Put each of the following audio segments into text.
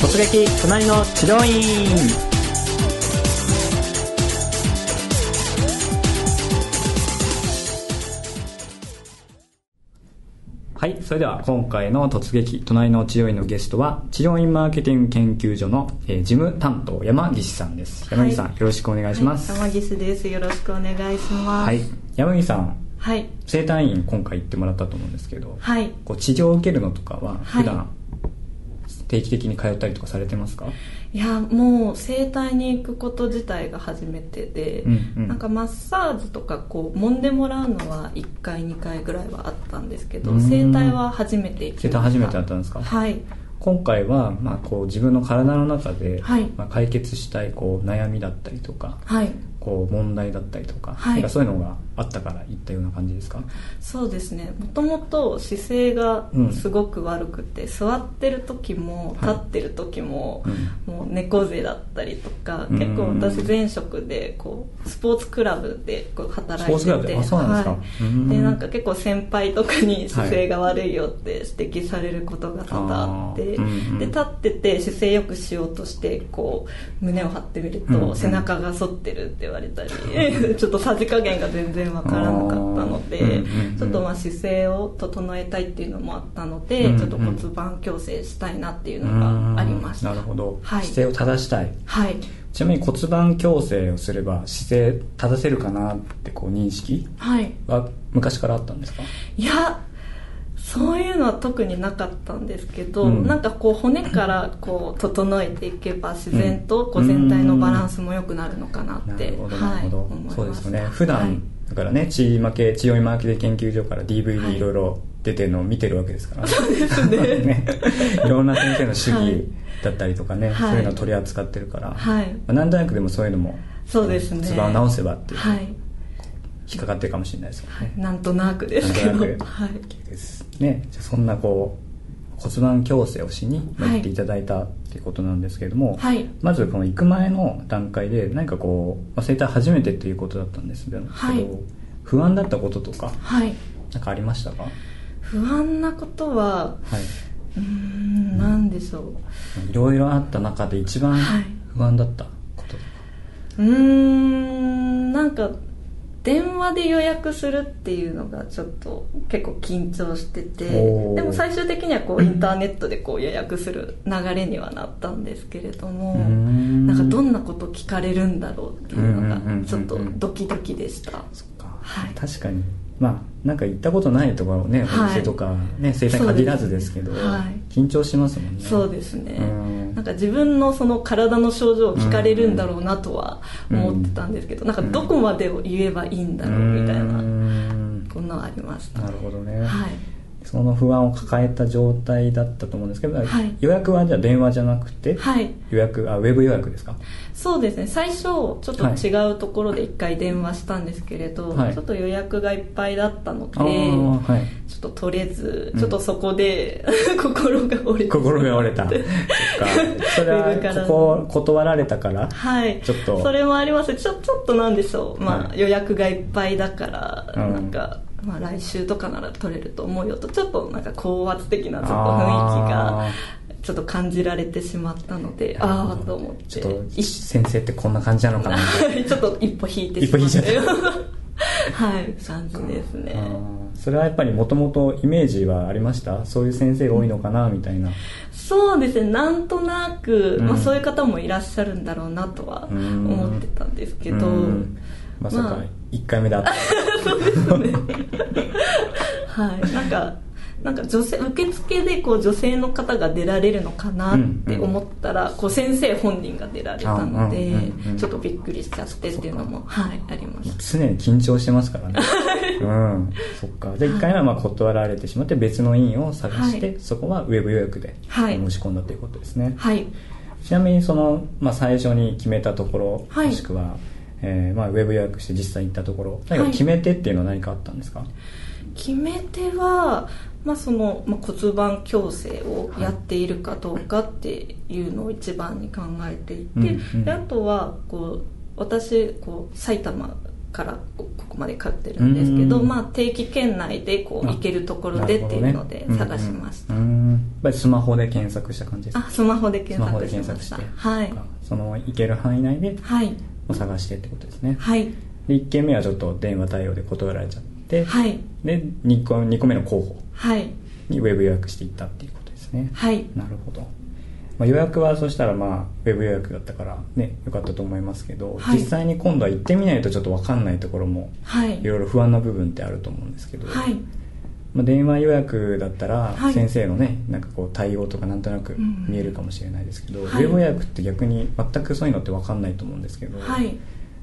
突撃隣の治療院はいそれでは今回の突撃隣の治療院のゲストは治療院マーケティング研究所の、えー事務担当山岸さんです山岸さん、はいよろしくお願いしますはい、山岸です。よろしくお願いします。はい、山岸さんはい。整体院今回行ってもらったと思うんですけど、はい。こう治療を受けるのとかははい普段、定期的に通ったりとかされてますかいや、もう整体に行くこと自体が初めてで、うんうんなんかマッサージとかこう、揉んでもらうのは1回、2回ぐらいはあったんですけうど、ん整体は初めて行き整体まし初ためてだったんですかはい。今回は、まあ、こう自分の体の中で、はいまあ、解決したいこう悩みだったりとかはい。こう問題だったりとか,、はいなんかそういうのがあったから行ったような感じですかそうですねもともと姿勢がうんすごく悪くて、座ってる時もは立いってる時も、うもう猫背だったりとかうん結構私前職でこうスポーツクラブでこう働いてスポーてツクラブであそうなんですかはうんい、でなんか結構先輩とかに姿勢が悪いよって指摘されることが多々あって、はいあーうんうんで立ってて姿勢よくしようとしてこう胸を張ってみると、うんうん背中が反ってるって言われたり ちょっとさじ加減が全然わからなかったので、あーうんうんうんちょっとまあ姿勢を整えたいっていうのもあったので、うんうんちょっと骨盤矯正したいなっていうのがありましたうんなるほど、はい姿勢を正したいはいちなみに骨盤矯正をすれば姿勢正せるかなってこう認識はいは昔からあったんですかいやそういうのは特になかったんですけど、うんなんかこう骨からこう整えていけば自然とこううん全体のバランスも良くなるのかななって、るほど、は、ないるほど、思いまそうですよね普段、はいだからね血負け血酔い負けで研究所からは DVD いいろいろ出てるのを見てるわけですから、ねそうですね いろんな先生の主はい義だったりとかね、はいそういうのを取り扱ってるから、はいまあ、なんとなくでもそういうのもそうですね骨盤を直せばっていう、はい、引っかかってるかもしれないですよはね、い、なんとなくですけなんどとなくはいですねじゃあそんなこう骨盤矯正をしにまあはい行っていただいたっていうことなんですけれども、はいまずこの行く前の段階で何かこう、まあ、整体初めてっていうことだったんですけど、はい不安だったこととかはい何かありましたかはい不安なことはうーん何でしょういろいろあった中で一番はい不安だったこととか、うーんなんか電話で予約するっていうのがちょっと結構緊張してておーでも最終的にはこうインターネットでこう予約する流れにはなったんですけれどもうーんなんかどんなこと聞かれるんだろうっていうのうんうんうんうんうがんちょっとドキドキでしたそっかはい確かにまあなんか行ったことないところね、はいお店とかね整体に限らずですけどそうですはい緊張しますもんねそうですねうんなんか自分のその体の症状を聞かれるんだろうなとは思ってたんですけどなんかどこまでを言えばいいんだろうみたいうーなんこんなのありましたなるほどね、はいその不安を抱えた状態だったと思うんですけど、はい予約はじゃあ電話じゃなくて、はい予約あウェブ予約ですかそうですね最初ちょっと違うところで1回電話したんですけれど、はいちょっと予約がいっぱいだったのであーはいちょっと取れず、うんちょっとそこで 心が折れて心が折 れたそっかそれウェブからはここ断られたからはいちょっとそれもありますちょちょっとなんでしょう、まあはい予約がいっぱいだから、うんなんか、まあ、来週とかなら取れると思うよとちょっとなんか高圧的なちょっと雰囲気あがちょっと感じられてしまったのでああーと思ってちょっと先生ってこんな感じなの かなはいちょっと一歩引いてしまったよ はい感じですねあーそれはやっぱりもともとイメージはありましたそういう先生が多いのかなみたいなそうですねなんとなく、うんまあ、そういう方もいらっしゃるんだろうなとはうん思ってたんですけどうんまさかまあ1回目で会ったはいなんかなんか女性受付でこう女性の方が出られるのかなって思ったら、こう先生本人が出られたので、あうんうんうんちょっとびっくりしちゃってっていうのも、はい、ありました常に緊張してますからねうんそっかで1回目はまあ断られてしまって別の院を探して、はいそこはウェブ予約ではい申し込んだということですね、はいちなみにその、まあ、最初に決めたところ、はいもしくは、えーまあ、ウェブ予約して実際行ったところ何はかい決め手っていうのは何かあったんですか、決め手は、まあそのまあ、骨盤矯正をやっているかどうかっていうのを一番に考えていて、うんうんであとはこう私こう埼玉からこここまで通ってるんですけど、うんうんうんまあ、定期圏内でこうあ行けるところでっていうのなるでほどね探しました、うんうんやっぱりスマホで検索した感じですかあスマホでスマ検ホで索しま検索ししたてはいその行ける範囲内ではい探してってことですねはいで1件目はちょっと電話対応で断られちゃって、はいで 2, 個2個目の候補はいにウェブ予約していったっていうことですねはいなるほど、まあ、予約はそしたらまあウェブ予約だったからねよかったと思いますけど、はい実際に今度は行ってみないとちょっと分かんないところもはいいろいろ不安な部分ってあると思うんですけど、はいまあ、電話予約だったらはい先生のね、なんかこう対応とかなんとなくうん見えるかもしれないですけど、はいウェブ予約って逆に全くそういうのって分かんないと思うんですけど、はい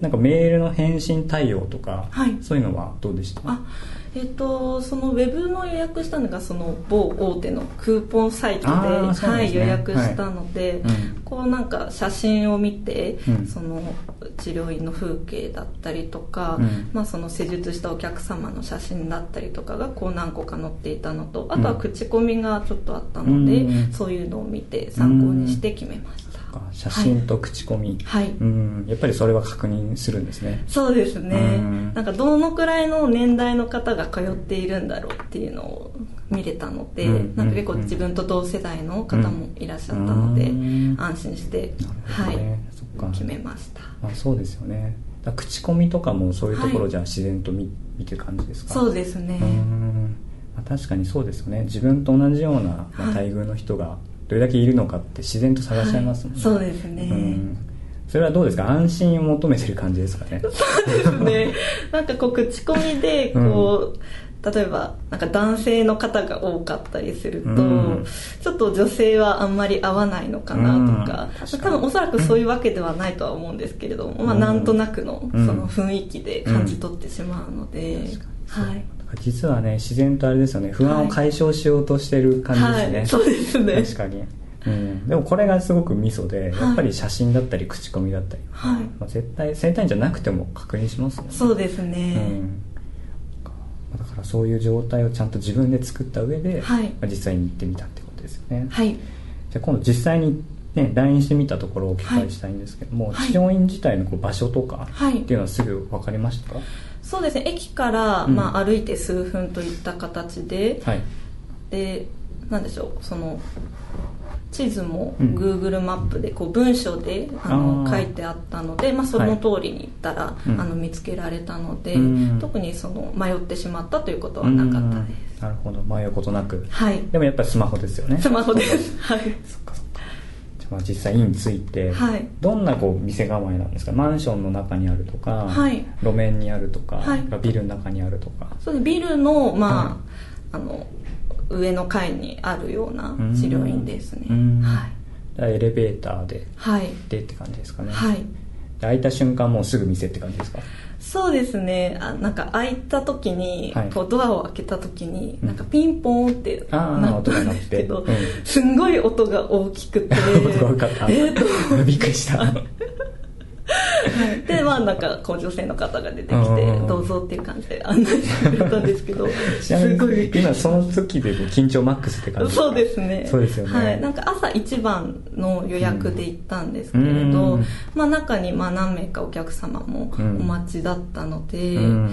なんかメールの返信対応とか、はいそういうのはどうでしたあえっ、とそのウェブの予約したのがその某大手のクーポンサイトであーそうなんはでい、すね予約したので、うんこうなんか写真を見て、うんその治療院の風景だったりとか、うんまあ、その施術したお客様の写真だったりとかがこう何個か載っていたのとあとは口コミがちょっとあったので、うんそういうのを見て参考にして決めました、か写真と口コミ、はいうんやっぱりそれは確認するんですねそうですね、うんなんかどのくらいの年代の方が通っているんだろうっていうのを見れたので、うんなんか結構自分と同世代の方もいらっしゃったので、うん安心して、なるはほどねい、そっか決めましたあそうですよねだから口コミとかもそういうところじゃ自然と見,、見てる感じですかそうでですね、ん、まあ、確かにそうですよね自分と同じような、まあはい待遇の人がどれだけいるのかって自然と探しちゃいますもんね、はいそうですねんそれはどうですか安心を求めてる感じですかねそうですねなんかこう口コミでこう、例えばなんか男性の方が多かったりすると、うんちょっと女性はあんまり合わないのかなとか,、うん確かに多分おそらくそういうわけではないとは思うんですけれども、まあ、うんなんとなくのそうんの雰囲気で感じ取ってしまうので、はい。だから実はね自然とあれですよね不安を解消しようとしてる感じですね、はい、そうですね確かに、うん、でもこれがすごくミソで、はいやっぱり写真だったり口コミだったり、はいまあ、絶対生体院じゃなくても確認しますよねそうですね、うん、だからそういう状態をちゃんと自分で作った上で、はいまあ実際に行ってみたってことですよね、はいじゃあ今度実際にね LINE してみたところをお聞きしたいんですけども、はい治療院自体のこう場所とかはいっていうのはすぐ分かりましたか、そうですね駅から、うんまあ、歩いて数分といった形で、はいで何でしょうその地図もうん Google マップでこう文章でああのー書いてあったので、まあ、その通りに行ったら、うんあの見つけられたので、うん特にその迷ってしまったということはなかったです、うんなるほど迷うことなくはいでもやっぱりスマホですよねスマホですはいそっかそっかじゃあまあ実際院について、はいどんなこう店構えなんですかマンションの中にあるとか、はい路面にあるとか、はいビルの中にあるとかそれでビルの,、はいまああの上の階にあるような治療院ですねうんはいだからエレベーターではい、でって感じですかね、はいで、開いた瞬間もうすぐ店って感じですかそうですねあなんか開いた時に、はいこうドアを開けた時にうんなんかピンポーンってあーなった音がん鳴っですけてど、うんすんごい音が大きくて 音が多かった、えーと思びっくりした ってでまあなんかこう女性の方が出てきうんうんてうんどうぞっていう感じで案内してくれたんですけど ちなみすごいに今その時でこう緊張マックスって感じそうですねそうですよね、はい、なんか朝一番の予約で行ったんですけれうんど、うんまあ、中にまあ何名かお客様もおうん待ちだったので、うん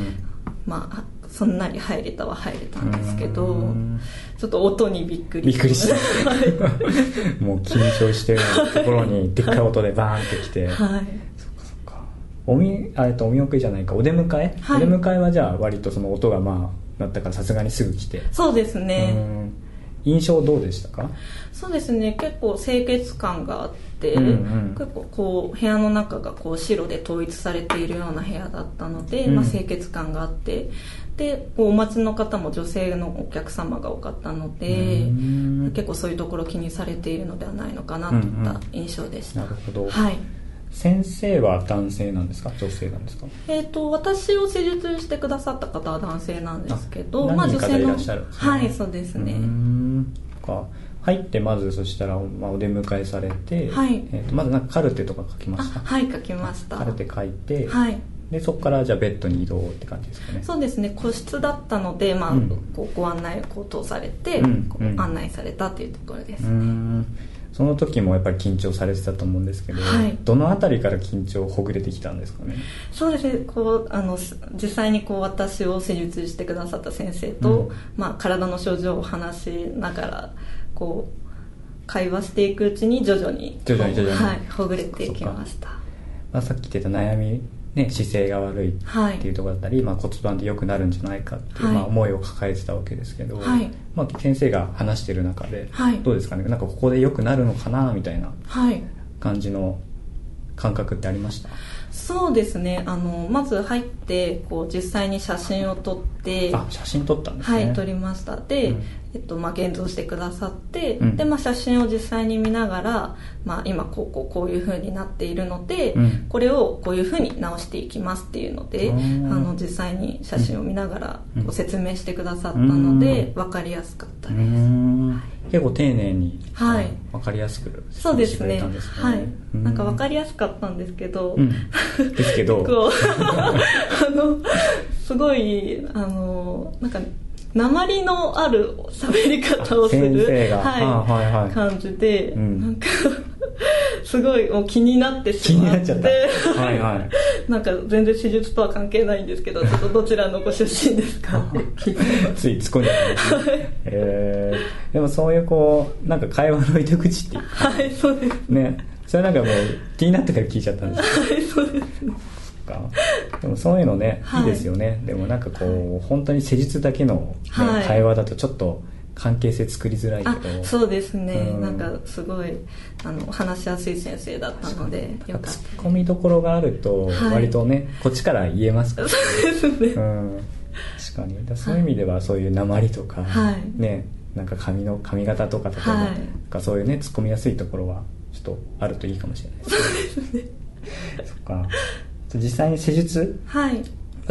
まあ、そんなに入れたは入れたんですけうどんちょっと音にびっくりびっくりした はい、もう緊張してるところにでっかい音でバーンってきて、はいおみあえっとお見送りじゃないかお出迎え、はいお出迎えはじゃあ割とその音がまあなったからさすがにすぐ来て、そうですうねん印象どうでしたかそうですね結構清潔感があって、うんうん結構こう部屋の中がこう白で統一されているような部屋だったので、うんまあ、清潔感があってでこうお待ちの方も女性のお客様が多かったので、うん結構そういうところ気にされているのではないのかなといった印象でした、なるほど、はい先生は男性なんですか女性なんですかえー、と私を施術してくださった方は男性なんですけどあまあ、何人女か性いのらっしゃるんですねはいそうですね、うんか入ってまずそしたら、まあ、お出迎えされて、はいえっとまずなんかカルテとか書きまあしたはい書きましたカルテ書いて、はいでそこからじゃあベッドに移動って感じですかねそうですね個室だったので、まあうんこうご案内こう通されて、うんこううん案内されたというところです、うーんその時もやっぱり緊張されてたと思うんですけど、はいどの辺りから緊張ほぐれてきたんですかねそうですねこうあのす実際にこう私を施術してくださった先生と、うんまあ、体の症状を話しながらこう会話していくうちに徐々に徐々に徐々にはい、ほぐれていきましたまあ、さっき言ってた悩み、ね、姿勢が悪いはいっていうところだったり、まあ、骨盤で良くなるんじゃないかっていう、はいまあ、思いを抱えてたわけですけど、はいまあ、先生が話してる中で、はいどうですかねなんかここで良くなるのかなみたいなはい感じの感覚ってありましたそうですねあのまず入ってこう実際に写真を撮ってあ写真撮ったんですはねい撮りましたで、うんえっとまあ、現像してくださって、うんでまあ、写真を実際に見ながら、まあ、今こうこうこういう風になっているので、うんこれをこういう風に直していきますっていうので、あーあの実際に写真を見ながらうんご説明してくださったので、うん分かりやすかったうです、ん結構丁寧に、はい分かりやすく説そう明でしてすくれねたんですねはい、なんか分かりりやすかったんですけど、うん ですけどこうあのすごいあのなんか鉛のある喋り方をす先る生が、はいあはいはい感じで、うんなんかすごいもう気になって気しにまなっってちゃったはいはい なんか全然手術とは関係ないんですけど ちょっとどちらのご出身ですかって聞いてつい突っ込んじゃったん ですね、えーでもそういうこうなんか会話の糸口っていうかはいそうですねそれなんかもう気になってから聞いちゃったん ですはいそうですかでもそういうのね、はいい、いですよねでもなんかこう、本当に施術だけのね、はい会話だとちょっと関係性作りづらいあけどそうですね、うんなんかすごいあの話しやすい先生だったのでなよんかかっツッコミどころがあるとはい割とね、こっちから言えますか ら、たそうですねうん確かにだからそういう意味ではそういう鉛とか、はいねなんか髪の髪型とか例えば、はいなんかそういうね突っ込みやすいところはちょっとあるといいかもしれないで すねそっか実際に施術はい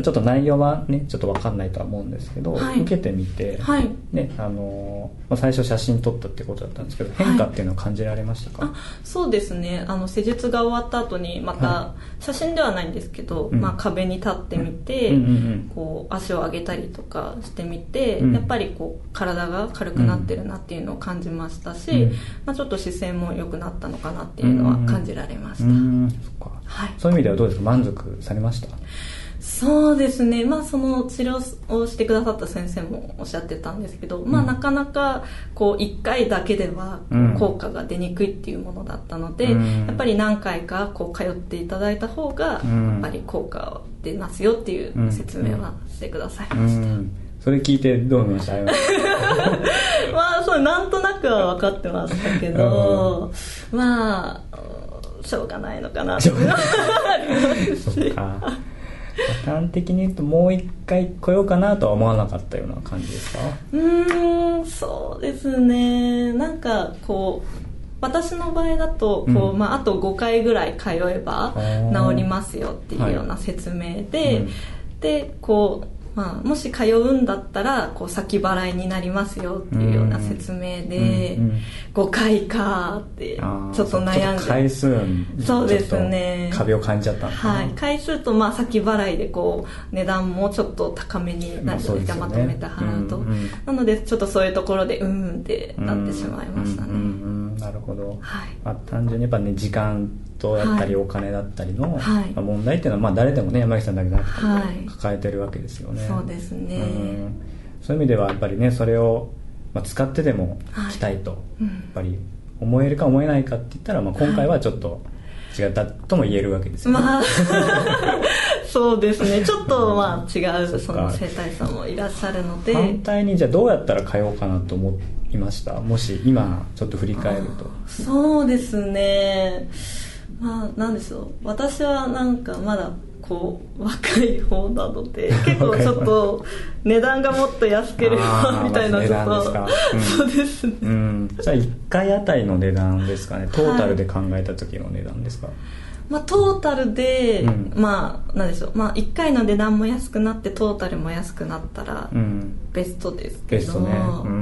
ちょっと内容はねちょっと分かんないとは思うんですけど、はい受けてみて、はいねあのーまあ、最初写真撮ったってことだったんですけど変化っていうのは感じられましたか、あそうですねあの施術が終わった後にまたは写真ではないんですけど、うんまあ、壁に立ってみて、うんうんうんこう足を上げたりとかしてみて、うんやっぱりこう体が軽くなってるなっていうのを感じましたし、うんまあ、ちょっと姿勢も良くなったのかなっていうのは感じられました、うんそっかはいそういう意味ではどうですか満足されましたそうですね、まあ、その治療をしてくださった先生もおっしゃってたんですけど、まあ、うんなかなかこう1回だけではうん効果が出にくいっていうものだったので、うんやっぱり何回かこう通っていただいた方がやっうんぱり効果は出ますよっていううん説明はしてくださいうました、んそれ聞いてどう思いました まあそうなんとなくは分かってましたけど、まあうんしょうがないのかなっていうの はありますそっしか端的に言うともう一回来ようかなとは思わなかったような感じですかうーんそうですねなんかこう私の場合だとこうう、んまあ、あと5回ぐらい通えばー治りますよっていうような説明で、はいうんでこう、まあ、もし通うんだったらこう先払いになりますよっていうような説明で、うんうん5回かってちあーょっと悩んちょっとで回数にそうですちょっねと壁を感じちゃったのかなはい、回数とまあ先払いでこう値段もちょっと高めになまあるので,、まそとうですよねめて払うと、うんうんなのでちょっとそういうところでうんうんってなってしまいましたね、うんうんうんなるほど、はいまあ、単純にやっぱね時間とだったりはお金だったりの、はいまあ問題っていうのはまあ誰でもね山口さんだけじゃなくて、はい抱えてるわけですよねそうですねんそういう意味ではやっぱりねそれを、まあ、使ってでもはい来たいと、うんやっぱり思えるか思えないかって言ったら、まあ、今回はちょっと違ったとも言えるわけですよね、まあそうですねちょっとまあ違うそそっかの生態さんもいらっしゃるので反対にじゃあどうやったら通おうかなと思いましたもし今ちょっと振り返るとそうですねまあなんでしょう私はなんかまだこう若い方なの で結構ちょっと値段がもっと安けれあばーみたいまなずち値ょ段ですっと、かそうですねうん、じゃあ1回あたりの値段ですかねトータルで考えた時の値段ですか、まあ、トータルで、うんまあなんでしょう、まあ、1回の値段も安くなってトータルも安くなったらうんベストですけベど、ストねうん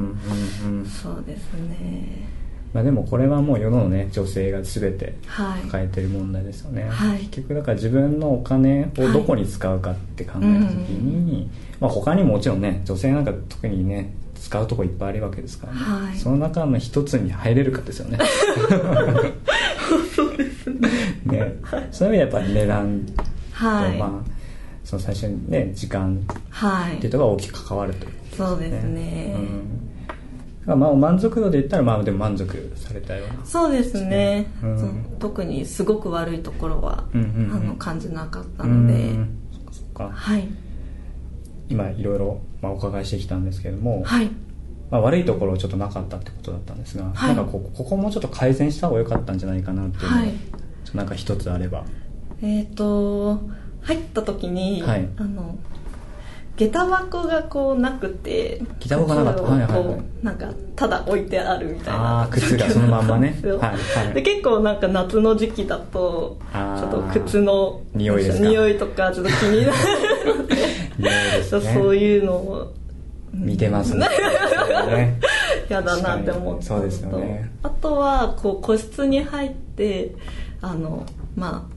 うんうんそうですねまあでもこれはもう世のね女性が全てはい抱えてる問題ですよね、はい結局だから自分のお金をどこに使うかって考えた時に、まあ、他にももちろんね女性なんか特にね使うとこいっぱいあるわけですからね、はいその中の一つに入れるかですよねそう ですねそういう意味でやっぱり値段と、はい、まあその最初にね時間はいっていうところが大きく関わるというそうことでですすね、うんまあ満足度で言ったらまあでも満足されたようなそうですね、うんそう特にすごく悪いところは、うんうんうんあの感じなかったので、うんそっかそっかはい今いろいろまあお伺いしてきたんですけれども、はいまあ、悪いところちょっとなかったってことだったんですが、はいなんかここここもちょっと改善した方が良かったんじゃないかなっていうのが、はいちょっとなんか一つあればえっ、と入った時に、はいあの下駄箱がこうなくて下駄箱がなかった靴をはいはいはいこうなんかただ置いてあるみたいなあー靴がそのまんまね そうはいはいで結構なんか夏の時期だとちあーょっと靴の匂いですか匂いとかちょっと気になるのでいい ですね そういうのを見て ますねね嫌だなって思ったの確かとにそうですよねあとはこう個室に入ってあのまあ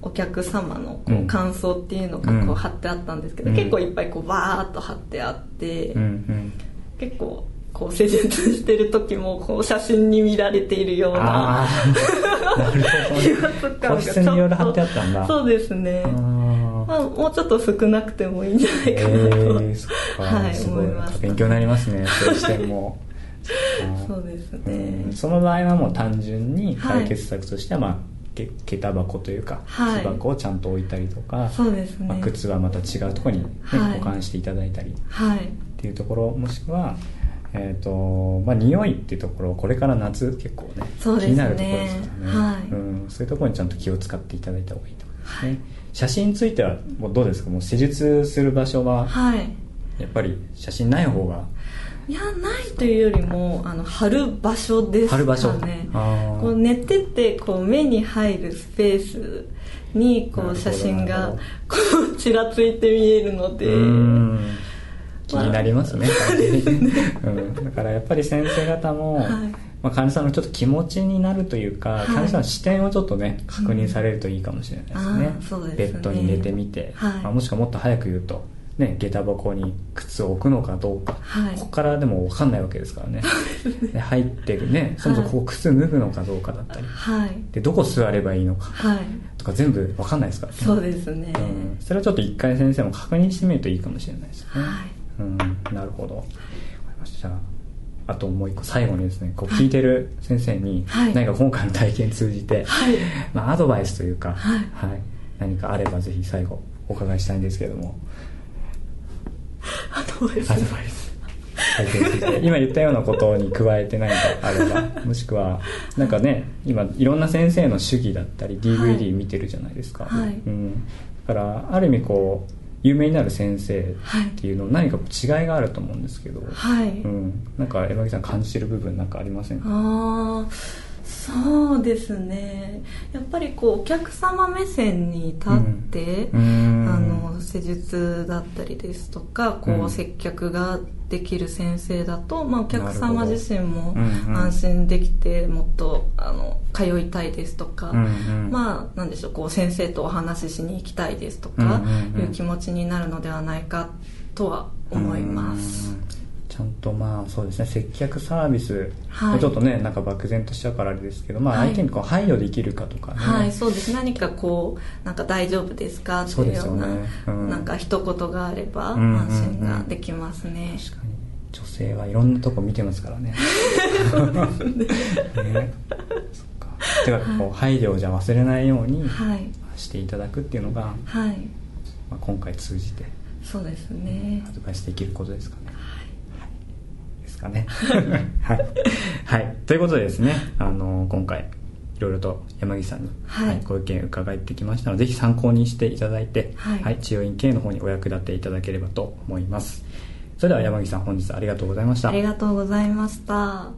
お客様のこうんう感想っていうのがうんこう貼ってあったんですけど、うん結構いっぱいこうバーッと貼ってあって、うんうん結構こう施術してる時もこう写真に見られているようなああなる気ほがつか個室にいろいろ貼ってあったんだそうですねどあーまあ、もうちょっと少なくてもいいんじゃないえかなと、ー、そっか、はいすごい思いました勉強になります ねそういう視点もそそっうですかね、うんその場合はもう単純に解決策としては、まあけ下駄箱というか、はい靴箱をちゃんと置いたりとかそうですね、まあ、靴はまた違うところにね、はい保管していただいたりっはいていうところもしくはえっ、とまあ匂いっていうところこれから夏結構ねそうですね気になるところですからね、はいうん、そういうところにちゃんと気を使っていただいた方がいいと思いますね、はい写真についてはもうどうですかもう施術する場所ははいやっぱり写真ない方がいやないというよりもあの貼る場所です貼かねる場所、あーこう寝ててこう目に入るスペースにこなるうほど写真なるがほどこうちらついて見えるのでうん気になりますね、 うん、だからやっぱり先生方も、はいまあ、患者さんのちょっと気持ちになるというか、はい患者さんの視点をちょっとね確認されるといいかもしれないですね,、うんあーそうですねベッドに寝てみて、はいまあ、もしくはもっと早く言うと、ね、下駄箱に靴を置くのかどうか、はいここからでも分かんないわけですから ねで入ってるねそもそもここ靴脱ぐのかどうかだったり、はいでどこ座ればいいのかはいとか全部分かんないですからねそうですね、うん、それはちょっと一回先生も確認してみるといいかもしれないですね、はいうん、なるほどわかりましたじゃああともう一個最後にですねこう聞いてる先生にはい何か今回の体験通じて、はいまあ、アドバイスというか、はい何かあればぜひ最後お伺いしたいんですけれどもあとはですアねドバイス体験通じて 今言ったようなことに加えて何かあれ ばもしくはなんかね今いろんな先生の主義だったりはい DVD 見てるじゃないですか、はいうん、だからある意味こう有名になる先生っていうの何かこう違いがあると思うんですけど、はい、うん、なんか山木さん感じてる部分なんかありませんかああそうですねやっぱりこうお客様目線に立って、うんあの施術だったりですとかこう、うん接客ができる先生だと、まあ、お客なるほ様ど自身もうんうん安心できてもっとあの通いたいですとか、うんうんまあ、なんでしょうこう先生とお話ししに行きたいですとかうんうんいうんう気持ちになるのではないかとは思います。うんちゃんとまあそうですね接客サービス、はいちょっとねなんか漠然としちゃうからあれですけど、まあ、はい相手にこう配慮できるかとかね、はい、そうです何かこうなんか大丈夫ですかってそういでうすよようなねうんなんか一言があればうんうんうん安心ができますね、確かに女性はいろんなとこ見てます からねねそっかてかこう配慮をじゃあ忘れないようにはいしていただくっていうのが、はいまあ、今回通じてそうですねアドバイスできることですかね、はい、ですかね はい、はい、ということでですねあの今回いろいろと山岸さんに、はいご意見伺ってきましたのでぜひ参考にしていただいて、はい治療院経営の方にお役立ていただければと思いますそれでは山岸さん本日はありがとうございましたありがとうございました